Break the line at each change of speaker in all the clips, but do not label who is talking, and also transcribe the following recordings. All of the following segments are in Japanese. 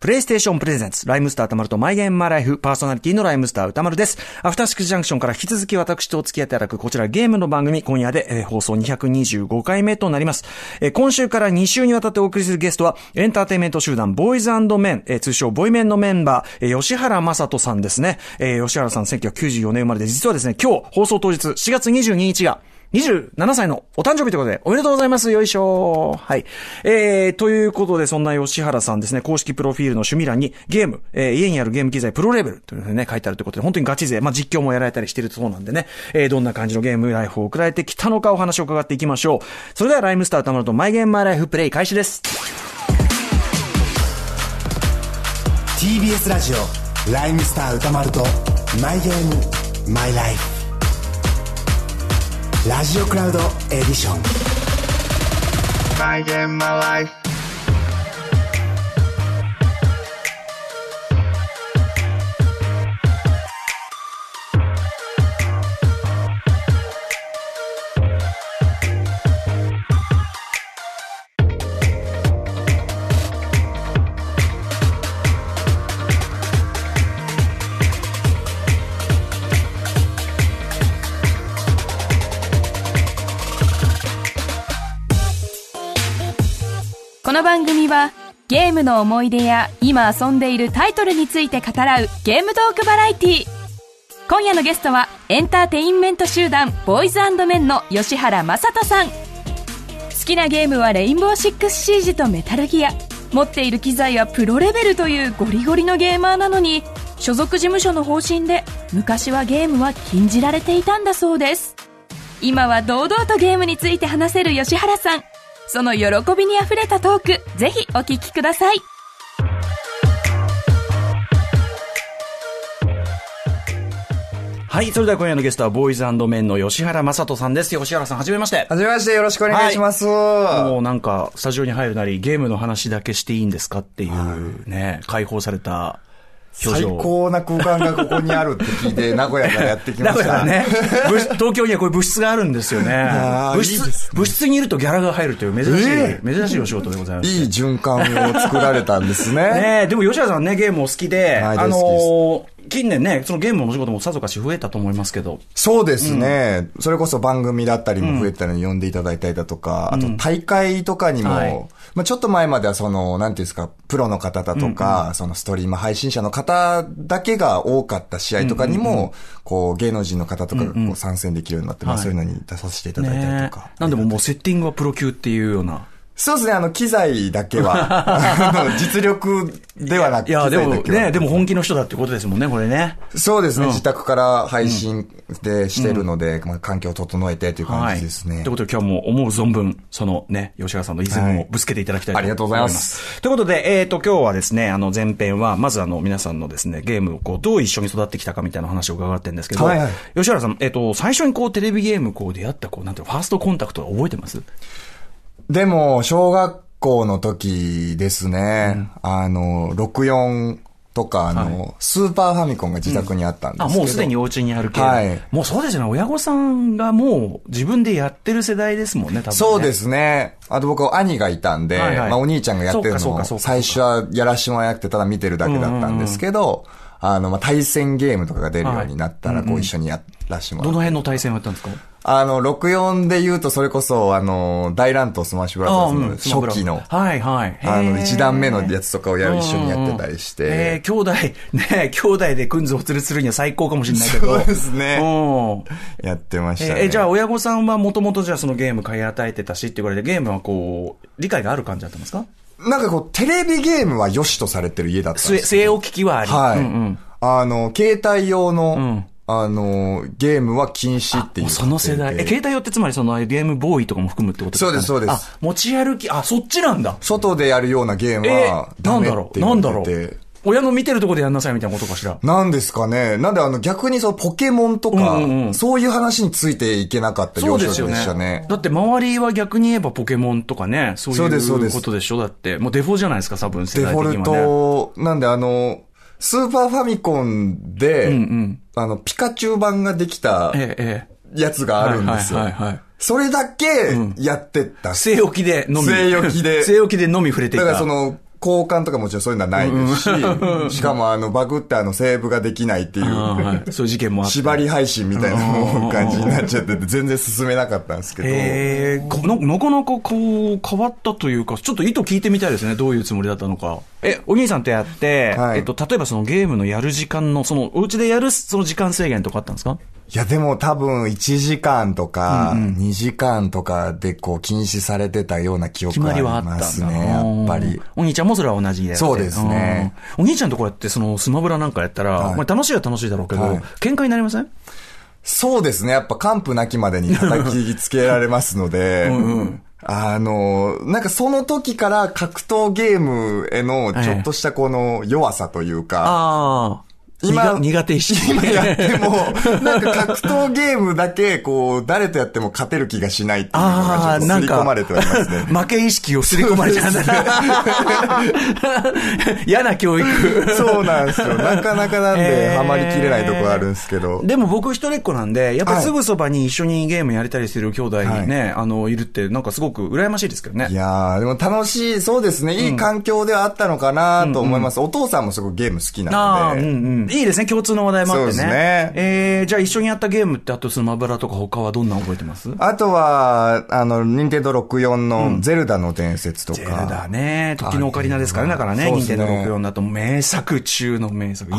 プレイステーションプレゼンツ、ライムスター歌丸とマイゲームマライフパーソナリティのライムスター歌丸です。アフターシックスジャンクションから引き続き私とお付き合いいただくこちらゲームの番組、今夜で、えー放送225回目となります。えー今週から2週にわたってお送りするゲストは、エンターテインメント集団、ボーイズメン、えー通称ボイメンのメンバー、えー吉原正人さんですね。えー吉原さん1994年生まれで、実はですね、今日放送当日4月22日が、27歳のお誕生日ということで、おめでとうございます。よいしょ。はい。えー、ということで、そんな吉原さんですね、公式プロフィールの趣味欄に、ゲーム、えー、家にあるゲーム機材プロレベルというふうにね、書いてあるということで、本当にガチ勢、まあ、実況もやられたりしてるそうなんでね、えー、どんな感じのゲームライフを送られてきたのかお話を伺っていきましょう。それでは、ライムスターたまると、マイゲームマイライフプレイ開始です。
TBS ラジオライムスター歌丸とマイゲームマイライフラジオクラウドエディション
my game, my life.
この番組はゲームの思い出や今遊んでいるタイトルについて語らうゲームトークバラエティ今夜のゲストはエンターテインメント集団ボーイズメンの吉原正人さん好きなゲームはレインボーシックスシージとメタルギア持っている機材はプロレベルというゴリゴリのゲーマーなのに所属事務所の方針で昔はゲームは禁じられていたんだそうです今は堂々とゲームについて話せる吉原さんその喜びにあふれたトークぜひお聞きください
はい。それでは、今夜のゲストは、ボーイズメンの吉原正人さんです。吉原さん、はじめまして
は。じめまして、よろしくお願いします。
もうなんか、スタジオに入るなり、ゲームの話だけしていいんですかっていう、ね、解放された表
最
情。
高な空間がここにあるって聞いて、名古屋からやってき
名
ま
古
し
屋
た。
は ね、部東京にはこういう部室があるんですよね。
あー
部
いいです
室、部室にいるとギャラが入るという珍しい、
え
珍しいお仕事でございます。
いい循環を作られたんです ね。
ねえ、でも吉原さんね、ゲームお好きで、
はい
あの
大好
ー近年ね、そのゲームのお仕事もさぞかし増えたと思いますけど、
そうですね、それこそ番組だったりも増えたのに呼んでいただいたりだとか、あと大会とかにも、
はい
まあちょっと前まではその、なんていうんですか、プロの方だとか、そのストリーム配信者の方だけが多かった試合とかにも、こう芸能人の方とかがこう参戦できるようになって、まあ
はい
そういうのに出させていただいたり
ね
とか。
えなんでももうセッティングはプロ級っていうような。
そうですね、あの、機材だけは、 あの実力ではなく
いや、でも
機材だけは
ね、でも本気の人だってことですもんね、これね。
そうですね、自宅から配信でしてるので、まあ、環境を整えてという感じですね。
ということで今日はもう思う存分、そのね、吉川さんのイズムをぶつけていただきたい
はいありがとうございます
ということで、えっ、と、今日はですね、あの、前編は、まずあの、皆さんのですね、ゲームをこう、どう一緒に育ってきたかみたいな話を伺ってるんですけど、
はいはい
吉原さん、えっ、と、最初にこう、テレビゲームこう、出会った、こう、なんていうのファーストコンタクトは覚えてます
でも、小学校の時ですね、あの、64とか、あの、スーパーファミコンが自宅にあったんですけど、
あ、もうすでにお家にある系。
はい
もうそうですよね、親御さんがもう、自分でやってる世代ですもんね、多分、ね。
そうで。すね。あと僕、兄がいたんで、
はいはい
まあ、お兄ちゃんがやってるの
そうか
も、
そうかそうか
最初はやらしてもらって、ただ見てるだけだったんですけど、あの、まあ、対戦ゲームとかが出るようになったら、こう、一緒にやらしても
ど
ら
の
って。
辺の対戦をやったんですか
あの、64で言うと、それこそ、あの、大乱闘スマッシュブラザ
うん
ーズの初期の、
はいはい。
あ
へ
の、
ー
一段目のやつとかをや一緒にやってたりして。
うんうんうんえー兄弟、 ね、兄弟でくんずをお連れするには最高かもしれないけど。
そうです ね
うん
やってました
え
ね。
ーえじゃあ、親御さんはもともとじゃあそのゲーム買い与えてたしって言われて、ゲームはこう、理解がある感じだったんですか
なんかこう、テレビゲームは良しとされてる家だったん
末、
ですよ
末置き機はあり。
はい、
うんうん
あの、携帯用の、
ん
あの、ゲームは禁止ってい
も
う。
うその世代。え、携帯用ってつまりそのゲームボーイとかも含むってことですか、ね、
そうですそうで
あ、持ち歩き、あ、そっちなんだ。
外でやるようなゲーム
えー、
は
な
ダ
ん
メ
だ
っ
ろう
て言
な
わ
ん
れて
だろ
て
う親の見てるとこでやんなさいみたいなことかしら。
なんですかね。なんであの逆にそのポケモンとか、
うんうんうん
そういう話についていけなかった
そ
幼
うで
少
す
期
よ
で
ね
したね。
だって周りは逆に言えばポケモンとかね、そう
そうですそう
い
で
う
す
ことでしょだって、もうデフォじゃないですか、多分世
デ
代
フ
的には、ね。
ォルト、なんであの、スーパーファミコンで、あの、ピカチュウ版ができた
ええ、ええ。
やつがあるんですよ。
はいはいはいはい
それだけやってった。
据え置きでのみ。
据え置きで
据え置きでのみ触れてい
だ
た。
からその、交換とかもちろんそういうのはないですし、 しかもあの、バグってあの、セーブができないっていう、
あーはいそういう事件もあって。
縛り配信みたい
うん
な感じになっちゃってて、全然進めなかったんですけど。
えー、このなかなかこう変わったというか、ちょっと意図聞いてみたいですね、どういうつもりだったのか。え、お兄さんとやって、
はい
えっと、例えばそのゲームのやる時間の、その、お家でやるその時間制限とかあったんですか
いや、でも多分1時間とか、2時間とかでこう禁止されてたような記
決
憶
ま
があ
り
り
はあっ
ま
たん
す
だ
ね、やっぱり。。
お兄ちゃんもそれは同じでやって
そうですね。
うんお兄ちゃんとこうやって、その、スマブラなんかやったら、
はい
まあ楽しいは楽しいだろうけど、
はい
喧嘩になりません
そうですね、やっぱ完膚なきまでに叩きつけられますので、あの、なんかその時から格闘ゲームへのちょっとしたこの弱さというか、
ああ。
今
苦苦手意識。
今やっても、なんか格闘ゲームだけ、こう、誰とやっても勝てる気がしないっていうの
あ
が
あ、
ちょ
な
っ
ん
と刷り
か、
込まれてはいます ね。
負け意識をすり込まれちゃうん だな嫌な教育。
そうなんですよ。なかなかなん
え
で、
ー
ハマりきれないとこあるんですけど。
でも僕一人っ子なんで、やっぱりすぐそばに一緒にゲームやりたりしてる兄弟にね、あの、いるって、なんかすごく羨ましいですけどね。
いやー、でも楽しい、そうですね。いい環境ではあったのかなと思います。お父さんもすごくゲーム好き
あ
な
あ、うん
ので。
うん。いいですね、共通の話題もあってね。
そうですね
えー、じゃあ一緒にやったゲームって、あとスマブラとか他はどんなの覚えてます
あとは、あの、任天堂64のゼルダの伝説とか。
ゼルダね、時のオカリナですからね、だからね、
そうで
任
すね
天堂64だと名作中の名作。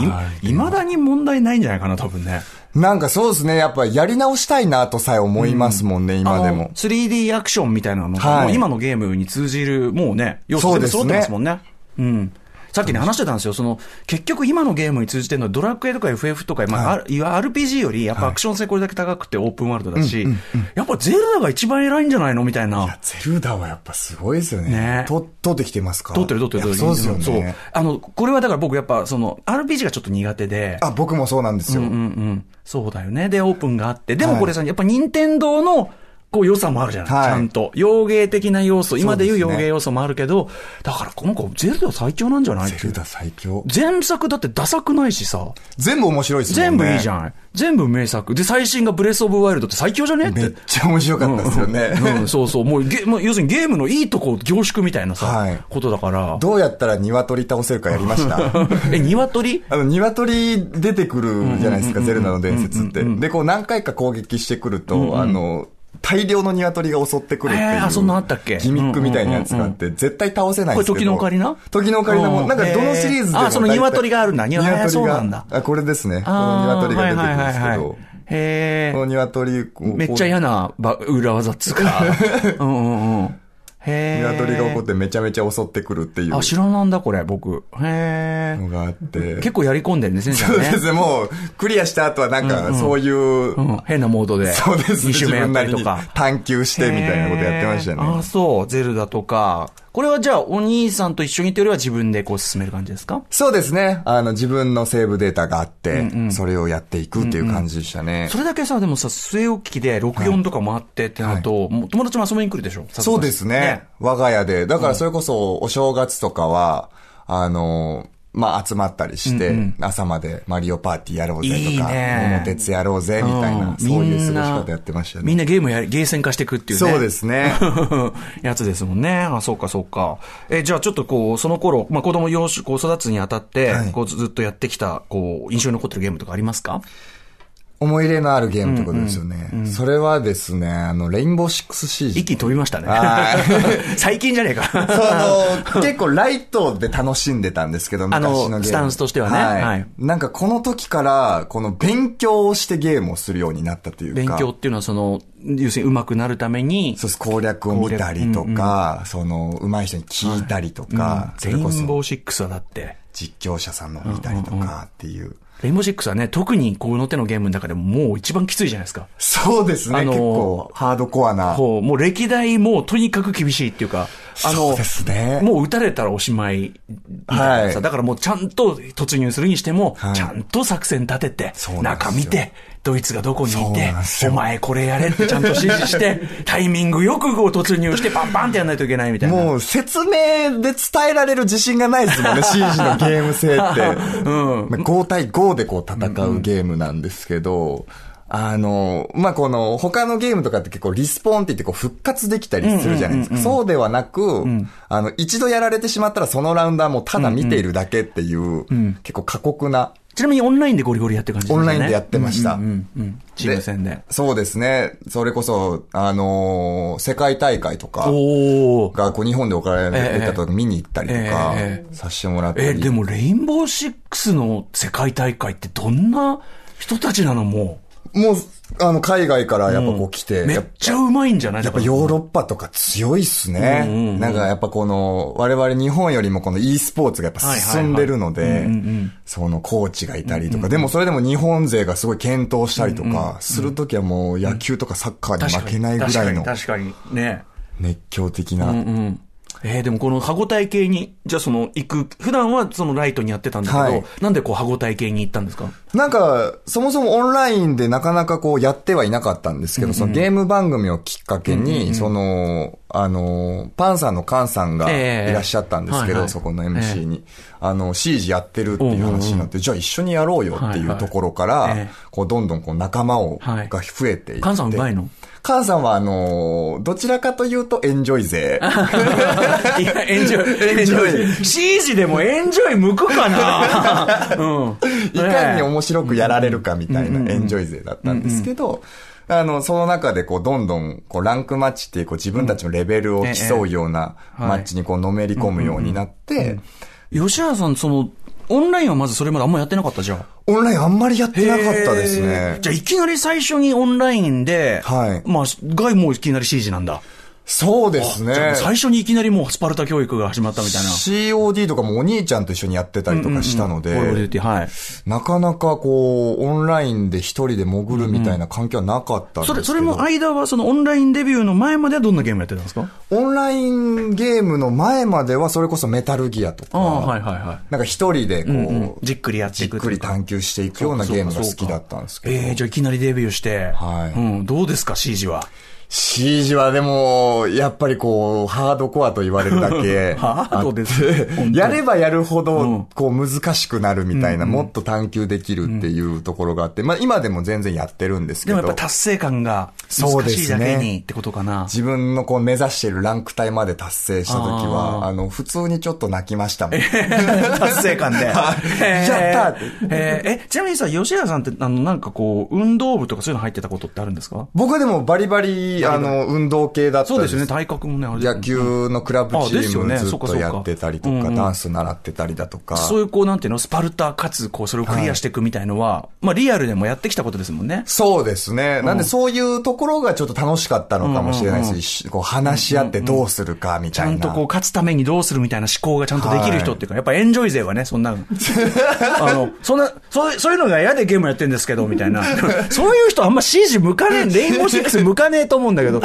いまだに問題ないんじゃないかな、多分ね。
なんかそうですね。やっぱやり直したいなとさえ思いますもんね、今で
あ
も
の。3D アクションみたいなのが、
はい
もう今のゲームに通じる、もうね、要素全部揃ってますもんね。うん。さっきね、話してたんですよ。その、結局今のゲームに通じてるのは、ドラクエとか FF とか、まあ、あるいわゆる RPG より、やっぱアクション性これだけ高くてオープンワールドだし、やっぱゼルダが一番偉いんじゃないのみたいな。
ゼルダはやっぱすごいですよね。
ね
と、取ってきてますか
撮ってる撮ってる撮
い
っ
や
てる。
そうですよね。
そう。あの、これはだから僕やっぱ、その、RPG がちょっと苦手で、
あ、僕もそうなんですよ。
うんうん。そうだよね。で、オープンがあって。でもこれさ、やっぱ任天堂の、こう、良さもあるじゃない、
はい
ちゃんと。洋芸的な要素。今で言う
そ
洋
うですね
芸要素もあるけど、だからこの子、ゼルダ最強なんじゃない
ゼルダ最強。
前作だってダサくないしさ。
全部面白いですよ
全
ね。
部いいじゃない全部名作。で、最新がブレスオブワイルドって最強じゃねっ。
めってちゃ面白かったですよね。
うん、そうそう。もうゲ、もう要するにゲームのいいとこを凝縮みたいなさ、
はい
ことだから。
どうやったら鶏倒せるかやり ました。
え、 鶏
あの、鶏出てくるじゃないですか、ゼルダの伝説って。で、こう何回か攻撃してくると、あの、大量の鶏が襲ってくるってい
へー
う。
あそんなのあったっけ
ギミックみたいなやつがあって、絶対倒せないんですけど。
これ時のオカリナ
時のオカリナ
う
も、
ん
なんかどのシリーズでも。
へーあその鶏があるんだ鶏
鶏が
そうなんだ
あ、これですね。この鶏が出てくるんです
あ
け
ーはいはいはい
ど
はい。へー
この鶏をこう、
めっちゃ嫌なば裏技っつう か。うんうんうん。へー
鶏が起こってめちゃめちゃ襲ってくるっていう
あ、知らなんだこれ、僕。へ
の
ー
があって。
結構やり込んでるんですね、じゃあ
そう
ね。
ですね、もう、クリアした後はなんか、そういう、
うん、変なモードで。
そうですね、
2周
自
目やっ
分
た
な
り
り
と
に
か。
探求してみたいなことやってました
へーあ、
ね。
そう。ゼルダとか。これはじゃあ、お兄さんと一緒にというよりは自分でこう進める感じですか
そうですね。あの、自分のセーブデータがあって、それをやっていくっていう感じでしたね。
それだけさ、でもさ、据え置き機で64とかもあってってなると、もう友達も遊びに来るでしょ
そうですね。我が家で。だからそれこそ、お正月とかは、あの、まあ、集まったりして、朝までマリオパーティーやろうぜと
いい
か、
ね
桃鉄やろうぜみたい
う
な、
ん
そういう
みんな
過ごし方やってました
みん
ね。
なゲームや、ゲーセン化していくっていうね。
そうですね。
やつですもんね。あ、そうか、そうか。え、じゃあちょっとこう、その頃、まあ、子供養子、こう育つにあたって、
はい
こうずずっとやってきた、こう、印象に残ってるゲームとかありますか
思い入れのあるゲームってことですよね。それはですね、あの、レインボーシックスシージ
一気に飛びましたね
は。
最近じゃねえ
そ
か。
の、結構ライトで楽しんでたんですけど、昔のゲーム。
スタンスとしてはね
はい。
はい
なんかこの時から、この勉強をしてゲームをするようになったという
勉
か。
強っていうのは、その、要するに上手くなるために、
そうです、攻略を見たりとか、その、上手い人に聞いたりとか、そ
レイ
れ
ンボ
こそ
ーシックスはだって、
実況者さんの見たりとかっていう。
レインボーシックスはね、特にこの手のゲームの中でももう一番きついじゃないですか。
そうですね、
あのー
結構ハードコアな。
こう、もう歴代もうとにかく厳しいっていうか、あ
そ
の
うで、すね。
もう打たれたらおしまいみたいなさ、
はい
だからもうちゃんと突入するにしても、
い
ちゃんと作戦立てて
そ、うなんです
中
よ
見て、ドイツがどこに
そ
いうて
なんで、すよ
お前これやれってちゃんと指示 して、タイミングよくこう突入して、パンパンってやんないといけないみたいな。
もう説明で伝えられる自信がないですもん ね、CG のゲーム性って。まあ5対5でこう戦うゲームなんですけど、あの、まあ、この、他のゲームとかって結構リスポーンって言ってこう復活できたりするじゃないですか。そうではなく、あの、一度やられてしまったらそのラウンドはもうただ見ているだけっていう、結構過酷な、
ちなみにオンラインでゴリゴリやってる感じです
オ
ね。
ンラインでやってました。
うんうんうんうんチーム戦で。
そうですね。それこそ、あのー世界大会とか、
おお。
がこう日本で行われてたと見に行ったりとか
え、
させてもらったり。
え、でも、レインボーシックスの世界大会ってどんな人たちなのも
もう、あの、海外からやっぱこう来て、
う、め
や
っ
っぱ
ちゃうまいんじゃないや
やっぱヨーロッパとか強いっすね。なんかやっぱこの、我々日本よりもこの e スポーツがやっぱ進んでるので、そのコーチがいたりとか、でもそれでも日本勢がすごい検討したりとか、するときはもう野球とかサッカーに負けないぐらいの
確かに、確かにね。
熱狂的な。
うん。えー、でもこの歯応え系に、じゃあその行く、普段はそのライトにやってたんだけど、
はい
なんでこう歯応え系に行ったんですか
なんか、そもそもオンラインでなかなかこうやってはいなかったんですけど、そのゲーム番組をきっかけに、その、あの、パンさんのカンさんが
ええ
いらっしゃったんですけ
は
ど、
いはい
そこの MC に、あの、シージやってるっていう話になって、じゃあ一緒にやろうよってい
はいはいう
ところから、
ええ
こうどんどんこう仲間を、
はい
が増えていって。
カンさんうまいの
カンさんはあの、どちらかというとエンジョイ 勢。
いや、エンジョイ、エンジョイ。シージでもエンジョイ向くか なうん。
いかに面白くやられるかみたいなエンジョイ勢だったんですけど、あの、その中でこう、どんどん、こう、ランクマッチっていう、こう、自分たちのレベルを競うような
ええ
マッチにこう、のめり込むようになって、
吉原さん、その、オンラインはまずそれまであんまやってなかったじゃん。
オンラインあんまりやってなかったですね。
じゃあ、いきなり最初にオンラインで、
はい
まあ、がもういきなり CG なんだ。
そうですね
じゃあ。もう最初にいきなりもうスパルタ教育が始まったみたいな。
COD とかもお兄ちゃんと一緒にやってたりとかしたの
これを入
で
れ、てはい。
なかなかこう、オンラインで一人で潜るみたいな環境はなかったんですけど。
それ、それも間はそのオンラインデビューの前まではどんなゲームやってたんですか
オンラインゲームの前まではそれこそメタルギアとか、
いはいはい。
なんか一人でこう、
じっくりやって
じ
い
っ
く
くり探求していくようなゲームが好きだったんですけど。
ええじゃあいきなりデビューして、
はい
うん、どうですか、CG は。。
シージはでも、やっぱりこう、ハードコアと言われるだけ
ハードですね
あって
本当
やればやるほ
うん
ど、こう、難しくなるみたいな、もっと探求できるっていうところがあって、まあ今でも全然やってるんです
で
け
もやっ
ど
ぱ。達成感が
そう
難
で
しい
す
だ
ね
けにってことかな。
自分のこう目指してるランク帯まで達成した時は、
あ
あの、普通にちょっと泣きましたもん。
達成 感で。や
いやったーって
えーえ、ちなみにさ、吉原さんって、あの、なんかこう、運動部とかそういうの入ってたことってあるんですか
僕はでもバリバリ、あの、運動系だった
そうですよね、
し
体格もね、あれ
野球のクラブチ
あです
ー
よね
ムず
そ
っ
っかそ
と
っか
やってたりと
うんう
か、
ん
ダンス習ってたりだとか。
そういうこう、なんていうの、スパルタかつ、こう、それをクリアしていくみたいのは、まあ、リアルでもやってきたことですもんね。
そうですね。なんでそういうところがちょっと楽しかったのかもしれないし、しこう話し合ってどうするかみ
ち
た
ゃ
い
ん
な。
とこう、勝つためにどうするみたいな思考がちゃんとできる人っていうか、やっぱエンジョイ勢はね、そ んな、あの、そんな、そういう、そういうのが嫌でゲームやってんですけど、みたいな。 そういう人あんま CG 向かねえ、レインボーシックス向かねえと思うんだけど。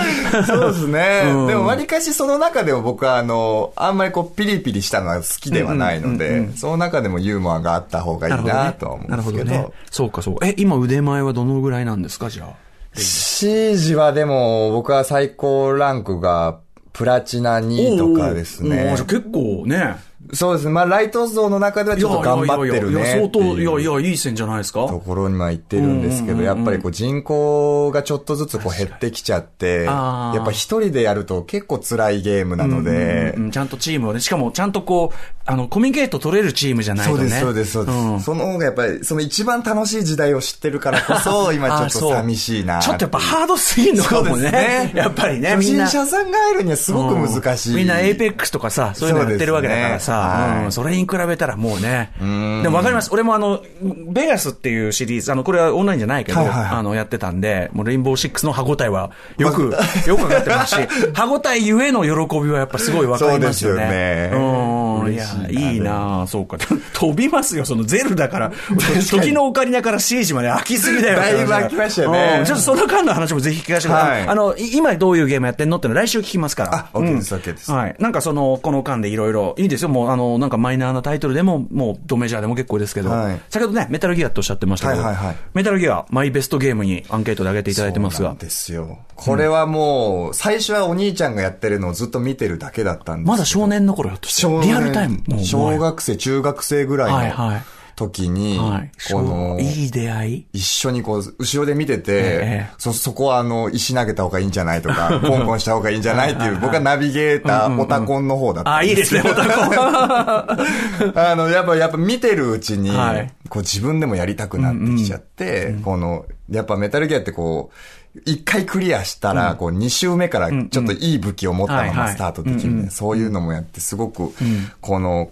そうですね。でも、わりかしその中でも僕は、あの、あんまりこう、ピリピリしたのは好きではないので、その中でもユーモアがあった方がいいなとは思うん
なる
で
ほ
すけ
ど
ど、
ね。そうか、そうか。え、今腕前はどのぐらいなんですか、じゃあ。
シージはでも、僕は最高ランクが、プラチナ2とかです
おーお
ね
ーじゃあ。結構ね。
そうですね。まあ、ライト像の中ではちょっと頑張ってる
い
ね
やいやいやいや相
って
当、
いう
いやいや、いい線じゃないですか。
ところには行ってるんですけど、やっぱりこう人口がちょっとずつこう減ってきちゃって、
あー
やっぱ一人でやると結構辛いゲームなので
う、んちゃんとチームをね、しかもちゃんとこう、あの、コミュニケート取れるチームじゃないと
そうで
ね。
す、そうです、そうです。
ん
その方がやっぱり、その一番楽しい時代を知ってるからこそ、今ちょ
あ
っ
そ
と
う
寂しいな
ちょっとやっぱハードすぎるのかもね。やっぱりね、
初
みんな。
心者さんが入るにはすごく難しい。
うんみんなエイペックスとかさ、そういうのやってるわけだから
そうです
さ、
ね
う
は
ん
い
それに比べたらもうね。でもわかります。俺もあの、ベガスっていうシリーズ、あの、これはオンラインじゃないけど、
はいはいはい
あの、やってたんで、もうレインボーシックスの歯応えはよ く、よくわかってますし、歯応えゆえの喜びはやっぱすごいわかりますよね。
そうですよね
うん。い
嬉しいな
や、いいなあそうか。 飛びますよ、そのゼルだから。時のオカリナからシージまで飽きすぎだよ。
だいぶ飽きましたよね
うんちょっとその間の話もぜひ聞かせてください。
はい
あの、い今どういうゲームやってんのっての来週聞きますから。
あ OK です OK です
はい。なんかその、この間でいろいろ、いいですよ。もう、あの、なんかマイナーなタイトルでも、もう、ドメジャーでも結構ですけど、
はい
先ほどね、メタルギアっておっしゃってましたけど、
はいはいはい
メタルギア、マイベストゲームにアンケートで挙げていただいてます
そうな
が
ん、ですよ。これはもう、最初はお兄ちゃんがやってるのをずっと見てるだけだったんですけど
まだ少年の頃よっとして、リアルタイム。もう
小学生、中学生ぐらいの。
はいはい
時に、
はい。
この、
いい出会い
一緒にこう、後ろで見てて、
ええ
そ、そこはあの、石投げた方がいいんじゃないと か、コンコンした方がいいんじゃないっていう、僕はナビゲーター、オタコンの方だった
あ、
ん
いい
で
です すね、オタコ。
けど。あの、やっぱ、やっぱ見てるうちに、
はい
こう自分でもやりたくなってきちゃって、この、やっぱメタルギアってこう、一回クリアしたら、こう、二周目からちょっといい武器を持ったま
はいは
ま
い
スタートできるみたいな、そういうのもやって、すごく、この、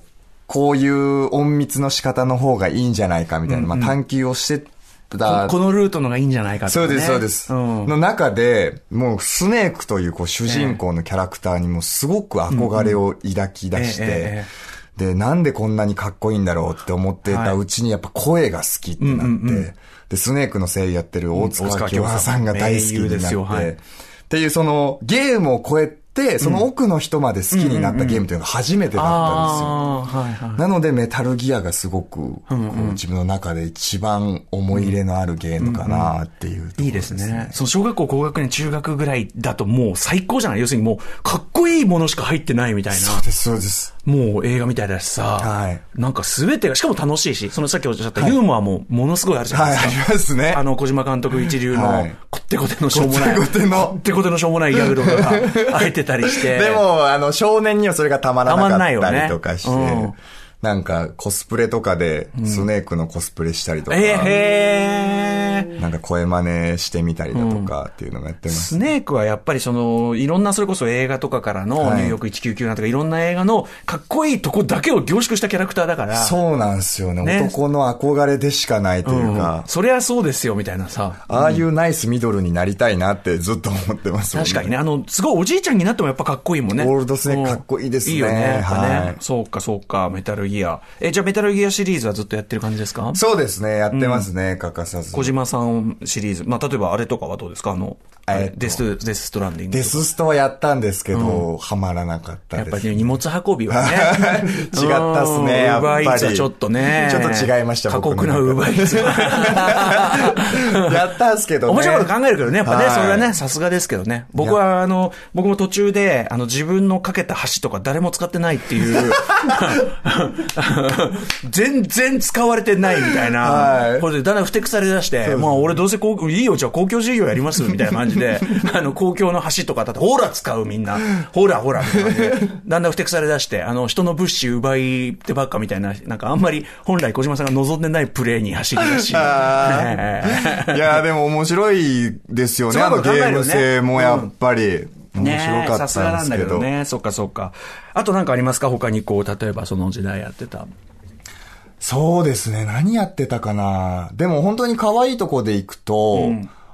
こういう隠密の仕方の方がいいんじゃないかみたいな、まあ探求をしてた
このルートのがいいんじゃないかと
そ
か
う
ね
です、そうです。
うん
の中で、もうスネークというこう主人公のキャラクターにもすごく憧れを抱き出し
うんうんえええ
て、で、なんでこんなにかっこいいんだろうって思ってたうちにやっぱ声が好きってなって、で、スネークの声優やってる大
うん大
塚
塚
明
明
夫
夫
さ
さ
ん
ん
が大好き
名優で
に
すよ
なっ
はい
て、っていうそのゲームを超えて、その奥の人まで好きになったゲームというのが初めてだったんですよ。
ああ、はいはい。
なので、メタルギアがすごく、こう自分の中で一番思い入れのあるゲームかなっていうところ
いいですね。その小学校、高学年、中学ぐらいだともう最高じゃない要するにもう、かっこいいものしか入ってないみたいな。
そうです、そうです。
もう映画みたいだしさ、
はい
なんか全てが、しかも楽しいし、そのさっきおっしゃったユーモアもものすごいあるじゃない
は
ですか。
い、ありますね。
あの、小島監督一流の
はい、
こってこてのしょうもない。
こってこての
こってこてのしょうもないギャグとかが入ってたりして。
で、も、あの、少年にはそれがたまら
た
な
まん
か
ない
っ
よ
たり
ね
とかして、
うん
なんか、コスプレとかで、スネークのコスプレしたりとか、
えー、へー。
なんか声真似してみたりだとかっていうのもやってます。
スネークはやっぱりその、いろんなそれこそ映画とかからの、
は
ニ
い
ューヨーク1997とかいろんな映画のかっこいいとこだけを凝縮したキャラクターだから。
そうなんですよね
ね
男の憧れでしかないというか、
そりゃそうですよ、みたいなさ。
ああいうナイスミドルになりたいなってずっと思ってますもん
確かにね。あの、すごいおじいちゃんになってもやっぱかっこいいもんね。
オールドスネーク
うん
かっこいいですね
いいよね。やっぱね
はい
そうか、そうか、メタルギア。え、じゃあメタルギアシリーズはずっとやってる感じですか
そうですね、やってますね、欠かさず。
小島さんシリーズ。まあ、例えばあれとかはどうですかあの、あれデス、デスストランディング
デ
とか。
スストはやったんですけど、ハマらなかった
やっ
で
ぱ
す。。
りね荷物運びはね
違ったっすねやっぱ
ウーバー
り
イーツはちょっとね。
ちょっと違いました
過酷
僕の
な
中で
ウーバーイーツ。
やったんですけどね。
面白いこと考えるけどね、やっぱね、
はい
それはね、さすがですけどね。僕は、あの、僕も途中で、あの、自分のかけた橋とか誰も使ってないっていう、 全然使われてないみたいな、
はい
これでだんだんふてくされだして、まあ俺どうせ公共、いいよ、じゃあ公共事業やりますみたいな感じ で、あの、公共の橋とかだって、ほら使うみんな、ほらほらみたいな感じで、だんだんふてくされだして、あの、人の物資奪い手ばっかみたいな、なんかあんまり本来小島さんが望んでないプレーに走りだし、 ねえ
いや、でも面白いですよね。
そうい
あ
うこ
の
と
ゲ
考えるよね
ーム性もやっぱり面
ね
白か
さ
っ
すが
た
なんん
で
だ
すけ
けど
ど。
ね。そっかそっか。あとなんかありますか他にこう、例えばその時代やってた。
そうですね、何やってたかな。でも本当に可愛いとこで行くと、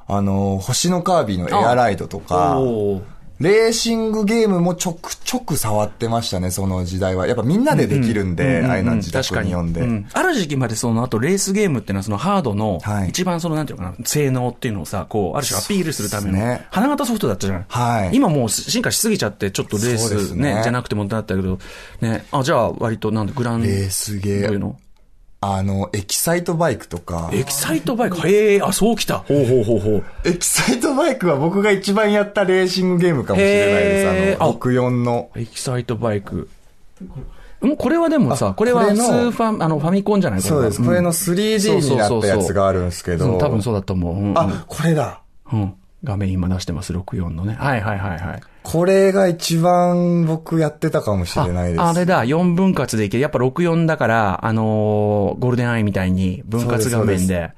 あの、星のカービィのエアライドとか、
おー
レーシングゲームもちょくちょく触ってましたね、その時代は。やっぱみんなでできるんで、ああいうのは自宅に呼んで。
うんある時期までその、あとレースゲームっていうのはそのハードの
はい、
一番そのなんていうのかな、性能っていうのをさ、こう、ある種アピールするため
そうで
の
すね、
花形ソフトだったじゃない。
はい
今もう進化しすぎちゃって、ちょっとレー
そうです
ス
ね
ね、じゃなくてもだったけど、ね。あ、じゃあ割となんでグラン、
レースゲー
どういうの
あの、エキサイトバイクとか。
エキサイトバイク、へえ、あ、そうきた。ほうほうほうほう。
エキサイトバイクは僕が一番やったレーシングゲームかもしれないで
へ
す。
ー
あの、64の。
エキサイトバイク。んこれはでもさ、これ
こ
は
れ
ス
の
ーファ、あの、ファミコンじゃない
そうです。これの 3D になったやつがあるんですけ
うん
ど。
多分そうだと思う。うん、
あ、これだ。
うん。画面今出してます、64のね。はいはいはいはい。
これが一番僕やってたかもしれないです。
ああれだ、4分割でいける。やっぱ64だから、あのーゴールデンアイみたいに分割画面で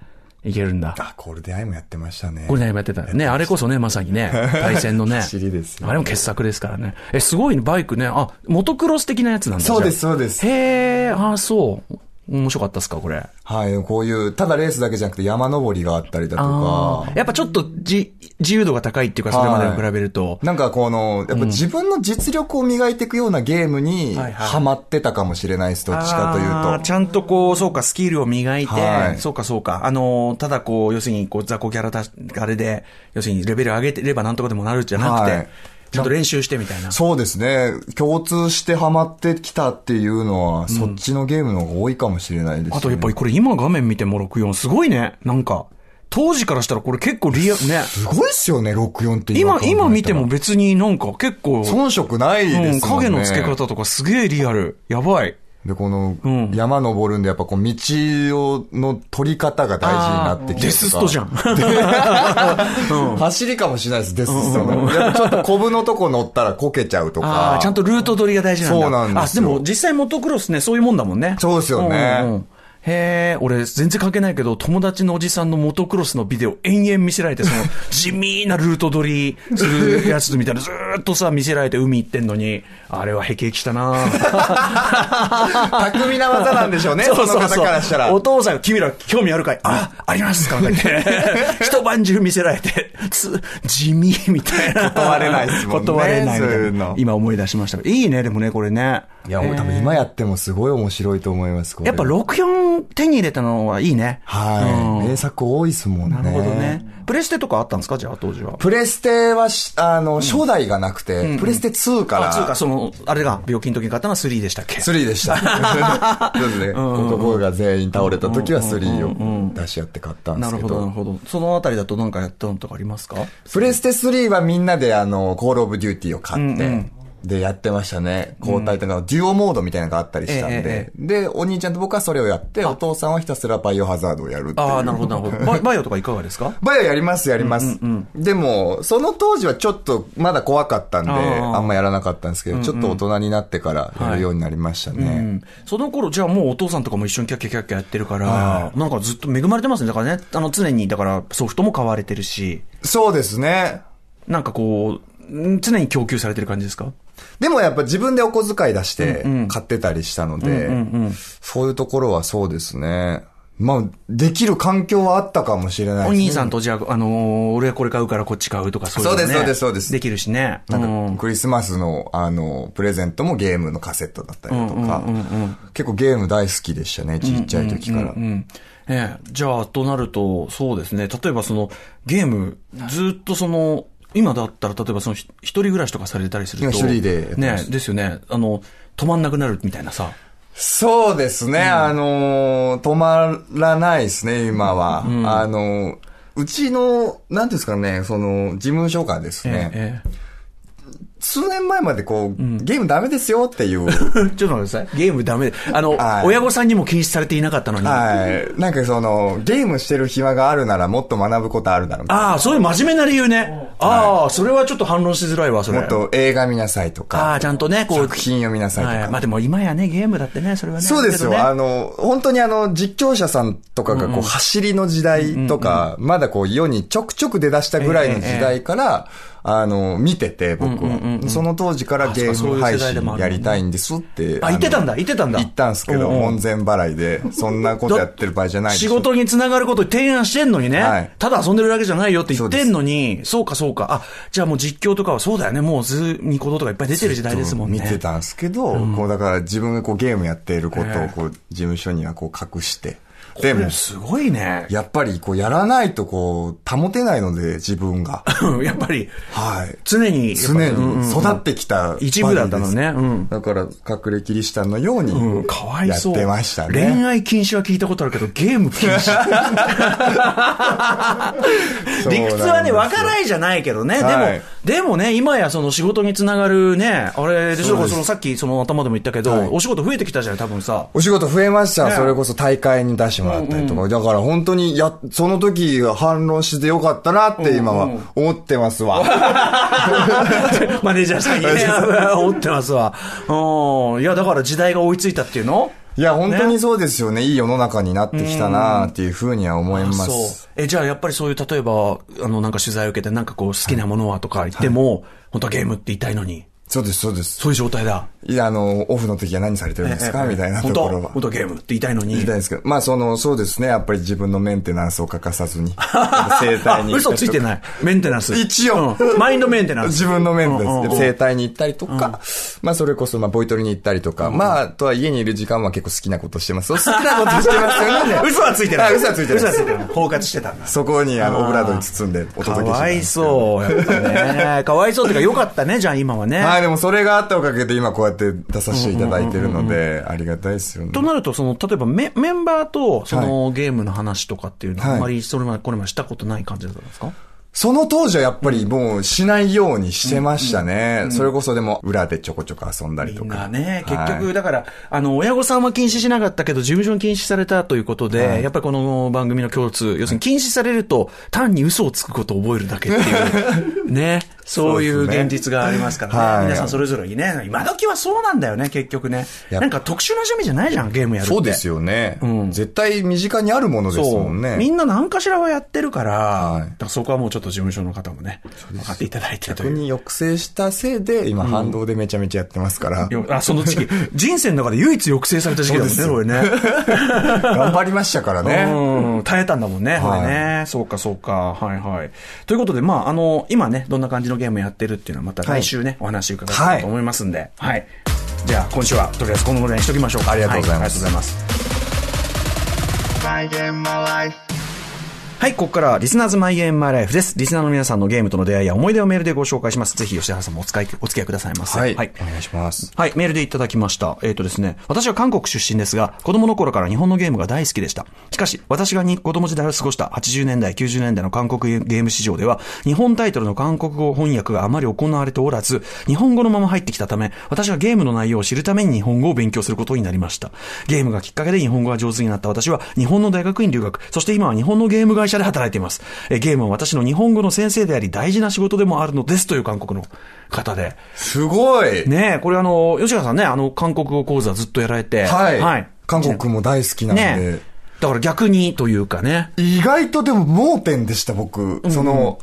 いけるんだ。
あ、ゴールデンアイもやってましたね。
ゴールデンアイもやってた。ね、あれこそね、まさに ね、対戦のね。
走りですよ
あれも傑作ですからね。え、すごいね、バイクね。あ、モトクロス的なやつなんだ
そうです、
じゃあ
そうです。
へえ、あ、そう。面白かったっすか、これ。
はい、こういう、ただレースだけじゃなくて山登りがあったりだと
あ
か
ー。やっぱちょっとじ自由度が高いっていうか、それまでに比べると。
なんかこの、やっぱ自分の実力を磨いていくようなゲームに、
はいはい
ハマってたかもしれないです、どっちかと
あ
いう
ー
と。
ちゃんとこう、そうか、スキルを磨いて、
はい
そうか、そうか。あのー、ただこう、要するに、こう、雑魚キャラだ、あれで、要するにレベル上げてればなんとかでもなるじゃなくて、
はい
ちゃんと練習してみたいな。
そうですね。共通してハマってきたっていうのは、そっちのゲームの方が多いかもしれないです、ね
あとやっぱりこれ今画面見ても64、すごいね。なんか、当時からしたらこれ結構リアルね。
すごいっすよね、64って
今、
考えたら
今見ても別になんか結構、
遜色ないですもんね。
うん、影の付け方とかすげえリアル。やばい。
で、この、山登るんで、やっぱこう、道を、の取り方が大事になってきて。
デスストじゃん。
走りかもしれないです、デスストの。やっぱちょっとコブのとこ乗ったらこけちゃうとか。
ちゃんとルート取りが大事なんだ。
そうなんです
あ、でも実際モトクロスね、そういうもんだもんね。
そうですよね。
へえ、俺全然関係ないけど、友達のおじさんのモトクロスのビデオ延々見せられて、 その、地味なルート取りするやつみたいな、ずーっとさ、見せられて海行ってんのに、あれはへきしたな
巧みな技なんでしょうね、そうそうそうからしたら。
お父さん、君ら興味あるかいあ、ありますかみた いな。一晩中見せられて、つ、地味みたいな。
断れないですもんね。
断れないみたいな。今思い出しました。いいね、でもね、これね。
いや、もう多分今やってもすごい面白いと思います、
やっぱ64手に入れたのはいいね。
はい。名作多いですもんね。
なるほどね。プレステとかあったんですかじゃあ、当時は。
プレステは、あの、初代がなくて、プレステ2から。
2か、その、あれが、病気の時に買ったのは3でしたっけ
?3 でした。そうですね。男が全員倒れた時は3を出し合って買ったんですけど。
なるほど、なるほど。そのあたりだとなんかやったのとかありますか
プレステ3はみんなで、あの、コールオブデューティーを買って、でやってましたね。交代とか、デュオモードみたいなのがあったりしたんで。で、お兄ちゃんと僕はそれをやって、お父さんはひたすらバイオハザードをやるっていう。
ああ、なるほど、なるほど。バイオとかいかがですか
バイオやります、やります。でも、その当時はちょっとまだ怖かったんで、あんまやらなかったんですけど、ちょっと大人になってからやるようになりましたね。
その頃、じゃあもうお父さんとかも一緒にキャッキャキャッキャやってるから、なんかずっと恵まれてますね。だからね、あの、常に、だからソフトも買われてるし。
そうですね。
なんかこう、常に供給されてる感じですか
でもやっぱ自分でお小遣い出して買ってたりしたので、そういうところはそうですね。まあ、できる環境はあったかもしれない、
お兄さんとじゃあ、あのー、俺はこれ買うからこっち買うとかそういう
ね、そうです、そうです、そうです。
できるしね。
なんか、クリスマスの、あの、プレゼントもゲームのカセットだったりとか、結構ゲーム大好きでしたね、ちっちゃい時から。
ええ、じゃあ、となると、そうですね。例えばその、ゲーム、ずっとその、今だったら、例えばその、一人暮らしとかされたりすると。
一人で。
ね、ですよね。あの、止まんなくなるみたいなさ。
そうですね。うん、あの、止まらないですね、今は。うん、あの、うちの、なんですかね、その、事務所がですね。ええ数年前までこう、ゲームダメですよっていう。
ちょっと待ってください。ゲームダメで。あの、親御さんにも禁止されていなかったのに。
はい。なんかその、ゲームしてる暇があるならもっと学ぶことあるだろう。
ああ、そういう真面目な理由ね。ああ、それはちょっと反論しづらいわ、それ。
もっと映画見なさいとか。
ああ、ちゃんとね、
こう。作品読みなさいとか。
まあでも今やね、ゲームだってね、それはね。
そうですよ。あの、本当にあの、実況者さんとかがこう、走りの時代とか、まだこう、世にちょくちょく出だしたぐらいの時代から、あの、見てて、僕は。その当時からゲーム配信やりたいんですって。
あ、言ってたんだ、言ってたんだ。
言ったんですけど、門前払いで、そんなことやってる場合じゃない
仕事につながること提案してんのにね、ただ遊んでるだけじゃないよって言ってんのに、そうかそうか、あ、じゃあもう実況とかはそうだよね、もう図に行動とかいっぱい出てる時代ですもんね。
見てたんですけど、こうだから自分がこうゲームやっていることを、こう、事務所にはこう隠して。
でも、すごいね。
やっぱり、こう、やらないと、こう、保てないので、自分が。
やっぱり、
はい。
常に、
常に育ってきた、、
一部だったのね。うん
だから、隠れキリシタンのように、うん、かわいそう。やってましたね。
恋愛禁止は聞いたことあるけど、ゲーム禁 止。理屈はね、わからないじゃないけどね。でも、でもね、今やその仕事につながるね、あれでしょ、そのさっきその頭でも言ったけど、お仕事増えてきたじゃん、多分 さ。
お仕事増えました。それこそ大会に出しもらったりとか、だから本当にや、その時反論してよかったなって今は思ってますわ。
マネージャーさんにね、思ってますわ。うん。いや、だから時代が追いついたっていうの
いや、本当にそうですよね。ねいい世の中になってきたなっていうふうには思います。
そう。え、じゃあやっぱりそういう、例えば、あの、なんか取材を受けて、なんかこう、好きなものはとか言っても、はい、本当はゲームって言いたいのに。
そうです、そうです。
そういう状態だ。
いや、あの、オフの時は何されてるんですか、みたいなところは。
本当ゲームって言いたいのに。
言いたいんですけど。まあ、その、そうですね。やっぱり自分のメンテナンスを欠かさ ずに。生体に。
嘘ついてない。メンテナンス。
一応、
マインドメンテナンス。
自分のメンテナンス。生体に行ったりとか、まあ、それこそ、まあ、ボイトレに行ったりとか、まあ、あとは家にいる時間は結構好きなことし てます。好きなことしてますよね。
嘘はついてない。
嘘はついてない。
嘘はついてない。包括してたんだ。
そこに、あの、オブラードに包んでお届けして
かわいそう。やっぱね。かわいそうっていうか、よかったね、じゃあ今はね。
はい、でもそれがあったおかげで今こうやって出させていただいてるので、ありがたいですよね。
となると、その、例えばメメンバーと、その、ゲームの話とかっていうのは、あんまりそれまでこれまでしたことない感じだったんですか、
その当時はやっぱりもうしないようにしてましたね。それこそでも裏でちょこちょこ遊んだりと
みん
か。
なね、
はい
結局、だから、あの、親御さんは禁止しなかったけど、事務所に禁止されたということで、やっぱりこの番組の共通、要するに禁止されると、単に嘘をつくことを覚えるだけって いう、ね、そういう
そうですね
現実がありますからね。
はい
皆さんそれぞれにね、今時はそうなんだよね、結局ね。
やっ
なんか特殊な趣味じゃないじゃん、ゲームやるって。
そうですよね、絶対身近にあるものです
そう
もんね。
みんな何かしらはやってるから、
はい
だからそこはもうちょっと事務所の方もね、分かっていただいてとい
逆
う。
に抑制したせいで、今反動でめちゃめちゃやってますから。
よあ、その時期。人生の中で唯一抑制された時期だもんね、
そ
そうれね。
頑張りましたからね。
うん、耐えたんだもんね、
はい
これね。そうか、そうか。はいはい。ということで、まあ、あの、今ね、どんな感じのゲームやってるっていうのは、また来週ね、お話伺っていと思いますんで。はい。じゃあ、今週は、とりあえずこのぐらいにしときましょうか。
ありがとうございます
はありがとうございます。
My game, my life.
はい、ここからはリスナーズマイゲームマイライフです。リスナーの皆さんのゲームとの出会いや思い出をメールでご紹介します。ぜひ吉原さんもお使い、お付き合いくださいませ。
はい、お願いします。
はい、メールでいただきました。えっ、とですね、私は韓国出身ですが、子供の頃から日本のゲームが大好きでした。しかし、私がに子供時代を過ごした80年代、90年代の韓国ゲーム市場では、日本タイトルの韓国語翻訳があまり行われておらず、日本語のまま入ってきたため、私はゲームの内容を知るために日本語を勉強することになりました。ゲームがきっかけで日本語が上手になった私は、日本の大学院留学、そして今は日本のゲーム会社で働いています。えーゲームは私の日本語の先生であり、大事な仕事でもあるのですという韓国の方で、
すごい、
ねえ、これあの、吉川さんね、あの、韓国語講座ずっとやられて。
はい、
はい。
韓国も大好きなんで。
ねえ。だから逆にというかね。
意外とでも盲点でした、僕。その、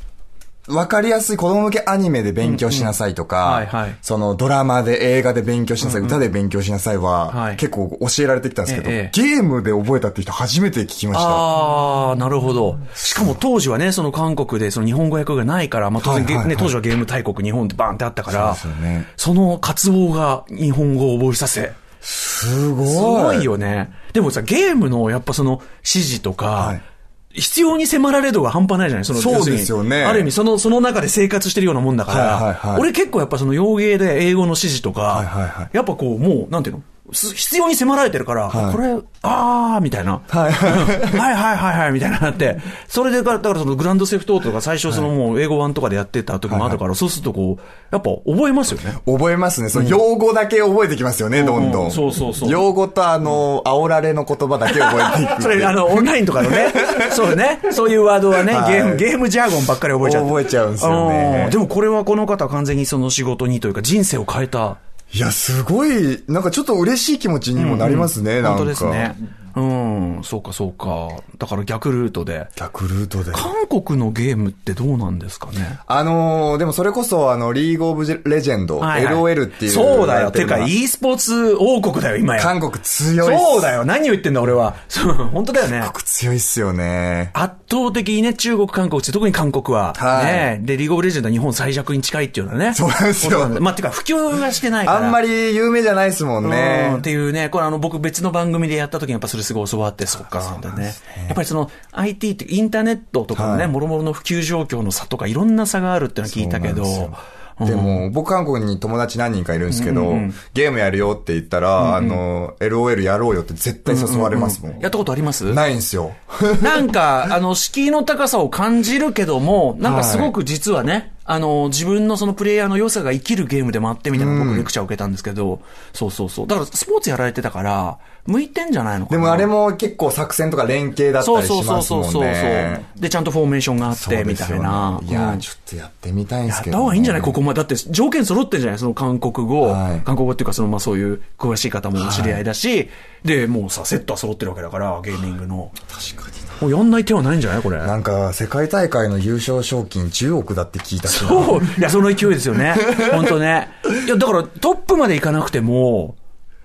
わかりやすい子供向けアニメで勉強しなさいと
うんうんはいは
か
い、
そのドラマで映画で勉強しなさい、歌で勉強しなさい
は、
はい結構教えられてきたんですけど、
ええ
ゲームで覚えたって人初めて聞きました。
ああ、なるほど。しかも当時はね、その韓国でその日本語訳がないから、まあ当然、
はいはいはい
ね、当時はゲーム大国日本ってバーンってあったから、
そうですよね
その渇望が日本語を覚えさせ。
すごい。
すごいよね。でもさ、ゲームのやっぱその指示とか、
はい
必要に迫られる度が半端ないじゃないその
そう
要るに
ですよね
ある意味、その、その中で生活してるようなもんだから、
はいはいはい
俺結構やっぱその洋芸で英語の指示とか、
いはいはい
やっぱこう、もう、なんていうのす必要に迫られてるから、
はい
これ、あー、みたいな。
は い
はいはいはいはい、みたいななって。それでだ、だからそのグランドセフトオートとか最初そのもう英語版とかでやってた時もあるから、そうするとこう、やっぱ覚えますよね。
覚えますね。その用語だけ覚えてきますよね、どんどん。
そうそうそう
用語とあの、煽られの言葉だけ覚えていくっていう。
それ、あの、オンラインとかの ね、そうね、そういうワードはね、
はい
ゲーム、ゲームジャーゴンばっかり覚えちゃって。
覚えちゃうんですよね
うんでもこれはこの方は完全にその仕事にというか人生を変えた。
いや、すごい、なんかちょっと嬉しい気持ちにもなりますね、なん
本
か。
当ですね。うん、そうかそうか。だから逆ルートで。
逆ルートで。
韓国のゲームってどうなんですかね
あのーでもそれこそ、あの、リーグオブレジェンド、
はいはい
LOL っていう。
そうだよ。てか、
い
e スポーツ王国だよ、今や。
韓国強いっす。
そうだ。よ。何を言ってんだ、俺は。そう、 本当だよね。
韓国強いっすよね。
圧倒的にね、中国、韓国って、特に韓国は、
はい
ね、で、リーグオブレジェンドは日本最弱に近いっていうのはね。
そうなんですよ
ことなんまあ、てか、普及がしてないから。
あんまり有名じゃないっすもん
う
ね
んっ。ていうね、これあの僕別の番組でやった時にやっぱそれすごい教わって、そっか、なんだね。やっぱりその IT ってインターネットとかのね、
はい
もろもろの普及状況の差とかいろんな差があるってのは聞いたけど、
そうなんですよでも、僕韓国に友達何人かいるんですけど、ゲームやるよって言ったら、あの、LOL やろうよって絶対誘われますもん。
やったことあります
ないんですよ。
なんか、あの、敷居の高さを感じるけども、なんかすごく実はね、あの、自分のそのプレイヤーの良さが生きるゲームでもあってみたいな僕レクチャーを受けたんですけど、そうそうそう。だからスポーツやられてたから、向いてんじゃないのか
で
な。
もあれも結構作戦とか連携だった
そう
りし
そうそ
ま
う
す
そう
もん
そう。
ね。
で、ちゃんとフォーメーションがあっ
そうで
て、
すよね
みたいな。
いや
う
ー、
ん
ちょっとやってみたいんです
やっ
け
た
どね。
方がいいんじゃないここまで。だって条件揃ってんじゃないその韓国語、
はい
韓国語っていうかそのまあそういう詳しい方もお知り合いだし、で、もうさ、セットは揃ってるわけだから、ゲーミングの。
確かに
もうやんない手はないんじゃないこれ。
なんか、世界大会の優勝賞金10億だって聞いたしな
そういや、その勢いですよね。 本当ね。いや、だからトップまで行かなくても、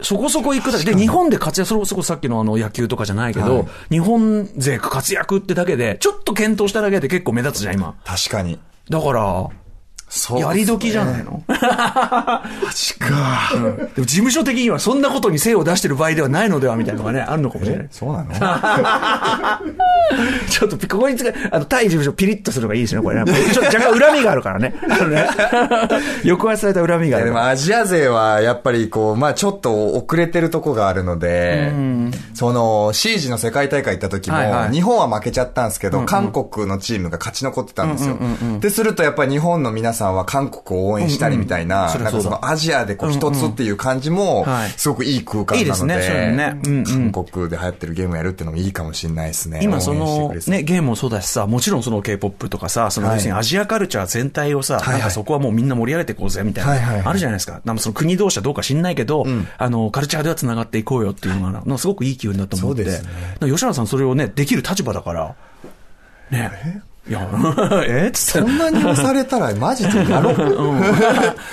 そこそこ行くだけで、日本で活躍、それこそさっきのあの野球とかじゃないけど、
はい
日本勢活躍ってだけで、ちょっと検討しただけで結構目立つじゃん、今。
確かに。
だから、
そう
やり時じゃないの
マジか。
でも事務所的にはそんなことに精を出してる場合ではないのではみたいなのがね、あるのかもしれない。
そうなの
ちょっとピ、ここにつか、あの、対事務所ピリッとするのがいいですね、これね。ちょっと若干恨みがあるからね。あのね 抑圧された恨みがあ
で
る。
もアジア勢はやっぱりこう、まあちょっと遅れてるとこがあるので、その、シージの世界大会行った時も、
はいはい
日本は負けちゃったんですけど、韓国のチームが勝ち残ってたんですよ。で、するとやっぱり日本の皆さんは韓国を応援したりみたい
う
な、
んうん
なんかそのアジアでこう一つっていう感じも
はい、
すごくいい空間
いいで
な
す
の
ね
で、
そういうのねうんうん
韓国で流行ってるゲームやるっていうのもいいかもしれないですね。
今そ
応援して
の
くれそう
ね、ゲームもそうだしさ、もちろんその K-POP とかさ、その
はい
要するにアジアカルチャー全体をさ、
いはい
なんかそこはもうみんな盛り上げていこうぜみたいな、
はいはいはい
あるじゃないですか。なんかその国同士はどうか知んないけど、あの、カルチャーでは繋がっていこうよっていうのが、なんかすごくいい機運だと思って。
そうですね
なんか吉原さんそれをね、できる立場だから、ね。いや、 えっつって
そ。んなに押されたらマジでや ろう。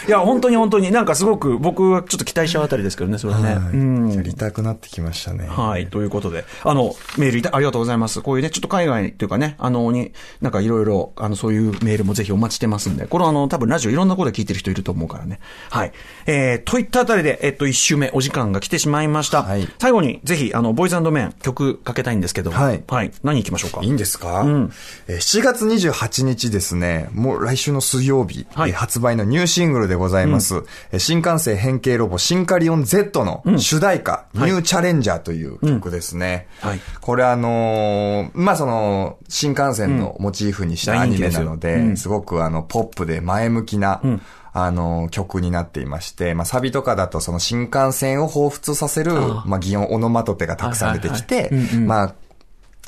いや、本当に本当に、なんかすごく僕はちょっと期待しちゃうあたりですけどね、それはね。
はいやりたくなってきましたね。
はい。ということで、あの、メールいたありがとうございます。こういうね、ちょっと海外というかね、あの、に、なんかいろいろ、あの、そういうメールもぜひお待ちしてますんで、これはあの、多分ラジオいろんなことで聞いてる人いると思うからね。はい。えー、といったあたりで、えっと、一周目お時間が来てしまいました。
はい
最後に、ぜひ、あの、ボーイズメン曲かけたいんですけども
はい
はい。何行きましょうか
いいんですか、えー ?7 月28日ですね、もう来週の水曜日、
はい
えー発売のニューシングルでございます、えー新幹線変形ロボシンカリオン Z の主題歌、ニューチャレンジャーという曲ですね。
うんはい
これあのーまあ、その、新幹線のモチーフにしたアニメなので、
大人気ですようん
すごくあの、ポップで前向きな、あの、曲になっていまして、まあ、サビとかだとその新幹線を彷彿させる、まあ、擬音、オノマトペがたくさん出てきて、まあ、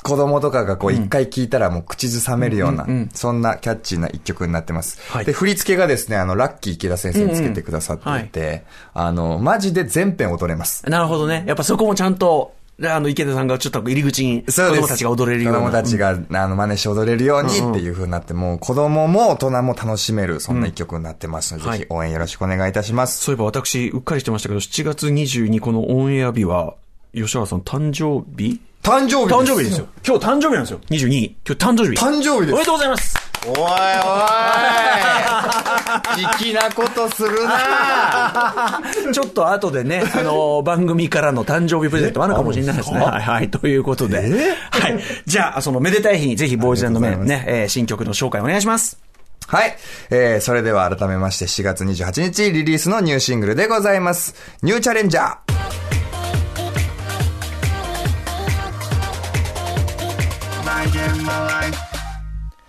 子供とかがこう一回聞いたらもう口ずさめるような、そんなキャッチーな一曲になってます。
はい
で、振り付けがですね、あの、ラッキー池田先生につけてくださっていて、あの、マジで全編踊れます。
なるほどね。やっぱそこもちゃんと、あの、池田さんがちょっと入り口に、子
そうで
供
す
たちが踊れるような。
子供たちが、あの、真似して踊れるようにっていう風になって、もう子供も大人も楽しめる、そんな一曲になってますので、
はい
ぜひ応援よろしくお願いいたします。
そういえば私、うっかりしてましたけど、7月22このオンエア日は、吉原さん誕生日
誕生日
誕生日ですよ。。今日誕生日なんですよ。22位。今日誕生日。
誕生日
お
で。
めですとうございます
お いおい粋なことするな
ちょっと後で ね、あのー番組からの誕生日プレゼントもあるかもしれないですね。はいはい。ということで。はい。じゃあ、そのめでたい日にぜひ、ボーイズメンね、えー新曲の紹介お願いします。
はい。えー、それでは改めまして7月28日リリースのニューシングルでございます。ニューチャレンジャー。
my game, my life,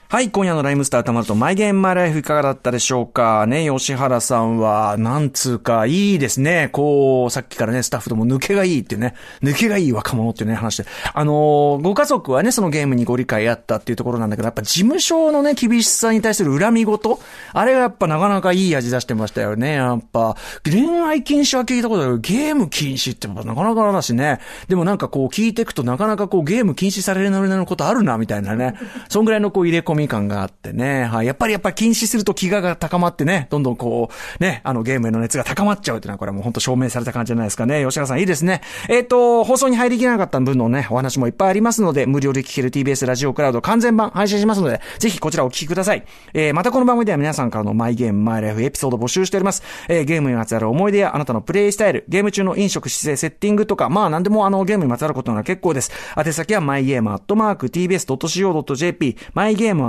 はい、今夜のライムスターたまると、マイゲームマイライフいかがだったでしょうかね、吉原さんは、なんつうか、いいですね。こう、さっきからね、スタッフとも抜けがいいっていうね、抜けがいい若者っていうね、話で。あのーご家族はね、そのゲームにご理解あったっていうところなんだけど、やっぱ事務所のね、厳しさに対する恨み事あれがやっぱなかなかいい味出してましたよね、やっぱ。恋愛禁止は聞いたことあるけど、ゲーム禁止ってやっぱなかなかだしね。でもなんかこう、聞いていくとなかなかこう、ゲーム禁止されるなるなることあるな、みたいなね。そんぐらいのこう入れ込み感があってね。はい。やっぱりやっぱり禁止すると気がが高まってね、どんどんこう、ね、あのゲームへの熱が高まっちゃうっていうのはこれはもう本当証明された感じじゃないですかね。吉川さんいいですね。えっ、と、放送に入りきらなかった分のね、お話もいっぱいありますので、無料で聞ける TBS ラジオクラウド完全版配信しますので、ぜひこちらお聞きください。えーまたこの番組では皆さんからのマイゲーム、マイライフエピソード募集しております。えーゲームにまつわる思い出やあなたのプレイスタイル、ゲーム中の飲食、姿勢、セッティングとか、まあ何でもあのゲームにまつわることなら結構です。宛先は mygame.tbs.co.jp、mygame.tbs.co.jp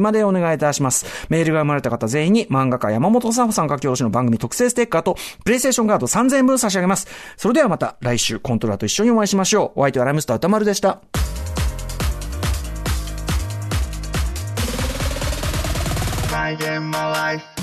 までお願いいたします。メールが生まれた方全員に漫画家山本さんさん書き下ろしの番組特製ステッカーと、プレイステーションガード3000円分差し上げます。それではまた来週コントラと一緒にお会いしましょう。お相手はライムスター歌丸でした。
my game, my life.